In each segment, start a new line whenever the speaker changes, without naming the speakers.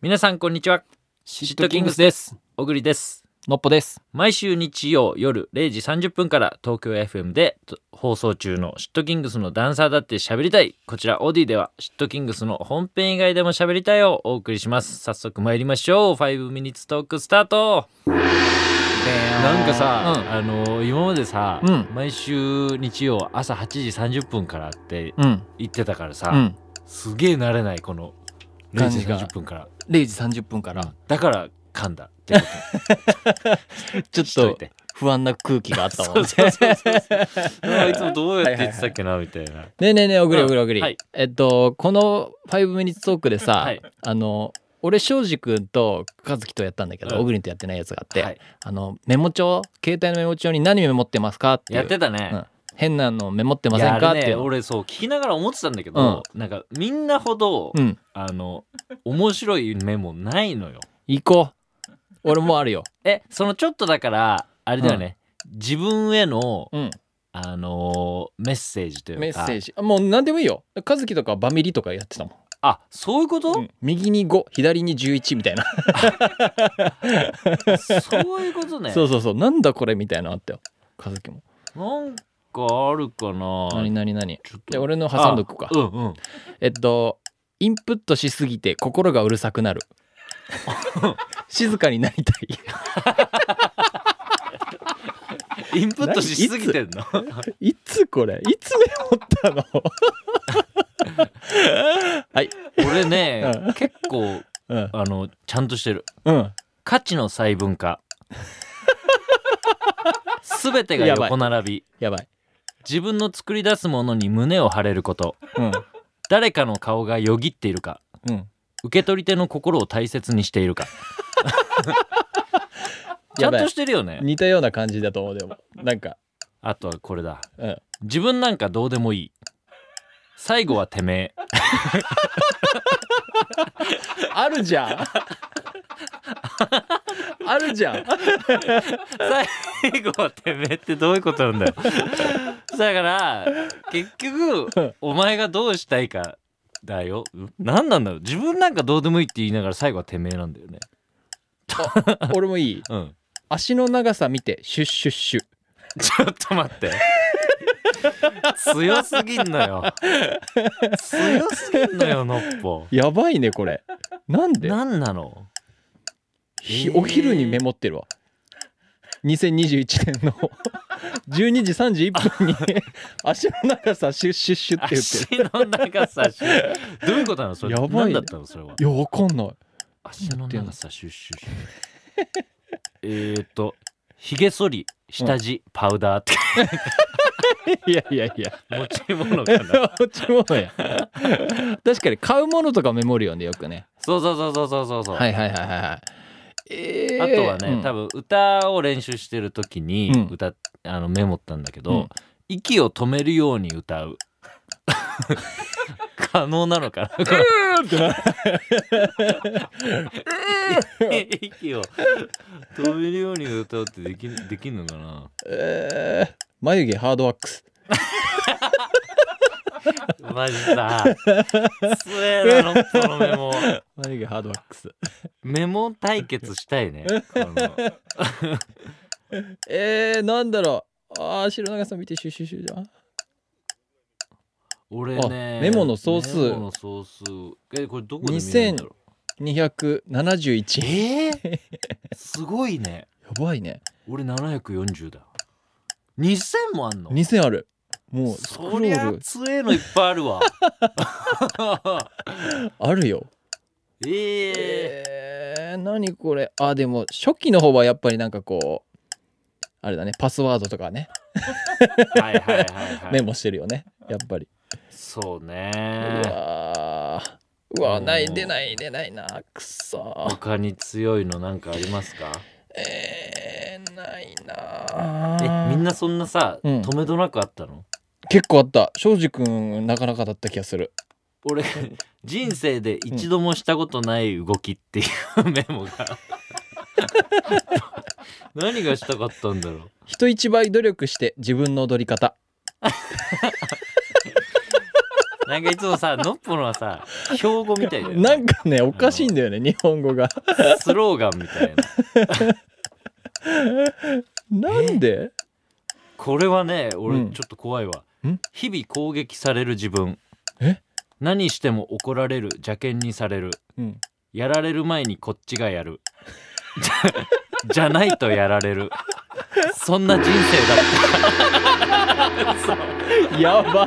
皆さんこんにちはシットキングスです小栗です
のっぽです。
毎週日曜夜0時30分から東京 FM でと放送中のシットキングスのダンサーだって喋りたいこちらオーディではシットキングスの本編以外でも喋りたいをお送りします早速参りましょう5ミニッツトークスタートなんかさ、
うん
あの今までさ、
うん
毎週日曜朝8時30分からって
うん。
言ってたからさ、
うん。
すげえ慣れないこの0
感
時
じが
30分から
0時30分から、
だから噛んだってこと
ちょ
し
っ
とい
と
て
不安な空気があったもん
そう
ね。
そうそうそうあ いつもどうやって言ってたっけなみたいな。
ねえねえねえ、おぐり
うん
おぐりおぐり。
はい
えっと、この5ミニッツトークでさ、
はい
あの、俺、庄司君と和樹とやったんだけど、
うん
小栗とやってないやつがあって、
はい
あの、メモ帳、携帯のメモ帳に何メモってますかっていう。
やってたね。
変なのメモって
い
ませ
や
んか
あ
っ
れ
てい
ね、
うの。
俺そう聞きながら思ってたんだけど、なんかみんなほど、
うん。
あの面白いメモないのよ。
行こう。俺もあるよ。
えそのちょっとだからあれだよね、自分への、
うん。
あのーメッセージというか
メッセージ。あもう何でもいいよ。和樹とかバミリとかやってたもん。
あそういうこと、
うん右に5、左に11みたいな。
そういうことね
そうそうそうなんだこれみたいなのあったよ和樹も
なんかあるかな
何何何
ちょっ
じ
と
ゃあ俺の挟んどくか
あうんうん
えっとインプットしすぎて心がうる さくなる静かになりたい
インプットしすぎてんの
いつこれいつメモったのはい
俺ね、
う
結構
うん
あのちゃんとしてる
うん
価値の細分化すべてが
やばい
横並び
やばい
自分の作り出すものに胸を張れること
うん
誰かの顔がよぎっているか
うん
受け取り手の心を大切にしているかちゃ
や
ん
ばい
としてるよね
似たような感じだと思うでもなんか
あとはこれだ
うん
自分なんかどうでもいい最後はてめえ
あるじゃんあるじゃん
最後はてめえってどういうことなんだよだから結局お前がどうしたいかだよん何なんだろう自分なんかどうでもいいって言いながら最後はてめえなんだよね
俺もいい
うん
足の長さ見てシュッシュッシュ
ちょっと待って強すぎんのよ強すぎんのよのっぽ
やばいねこれなんで
何なの
ひ
えー
お昼にメモってるわ2021年の 12時31分に 足の長さシュッシュッシュって言って
足の長さしどういうことなのそれ
やばいね
何だったのそれは
るいやわかんない
足の長さシュッシュッシュえーっとひげ剃り下地パウダーって
いやいやいや
持ち物か な
落ち物や 確かに買うものとかメモるよねよくね
そうそうそうそうそうそうそう、
はいはいはいはいはいえ
あとはね、
うん
多分歌を練習してる時に
うん
歌っ、あのメモったんだけど、
うん
息を止めるように歌う 可能なの かなこれ 息を止めるように歌うってできできんのかな
えー眉毛ハードワックス
マジさ強えなのこのメモ
眉毛ハードワックス
メモ対決したいね。この
えー、なんだろうあー足の長さ見てシュッシュッシュじゃん
俺ね
あ。メモの総数
メモの総数。え、これどこで見れるんだろう
271
えー、すごいね。
やばいね
俺740だ。2000もあんの
2000あるもうスクロ
そり
ー
ゃ
ル
強えのいっぱいあるわ。
あるよ
ええ
えー、何これあでも初期の方はやっぱりなんかこうあれだねパスワードとかね
ー。はいはいはいはい。
メモしてるよねやっぱり
そう
う
ね。
わーうわーな
う
い
ん
出ない出ないなくそー
他に強いのなんかありますか
えー、ない
え
な
みんなそんなさ、
うん
止めどなくあったの
結構あった庄司くんなかなかだった気がする
俺人生で一度もしたことない動きっていうメ モが何がしたかったんだろう
人一倍努力して自分の踊り方
なんかいつもさノッポのはさ標語みたいだよね
なんかねおかしいんだよね日本語が
スローガンみたいな
なんで
これはね
う
俺
ん
ちょっと怖いわ、
ん
日々攻撃される自分
え
何しても怒られる邪険にされる
うん
やられる前にこっちがやる じゃないとやられるそんな人生だったそう
やば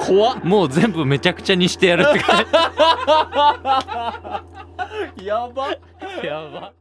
怖っ
もう全部めちゃくちゃにしてやるって感じ
やば
やば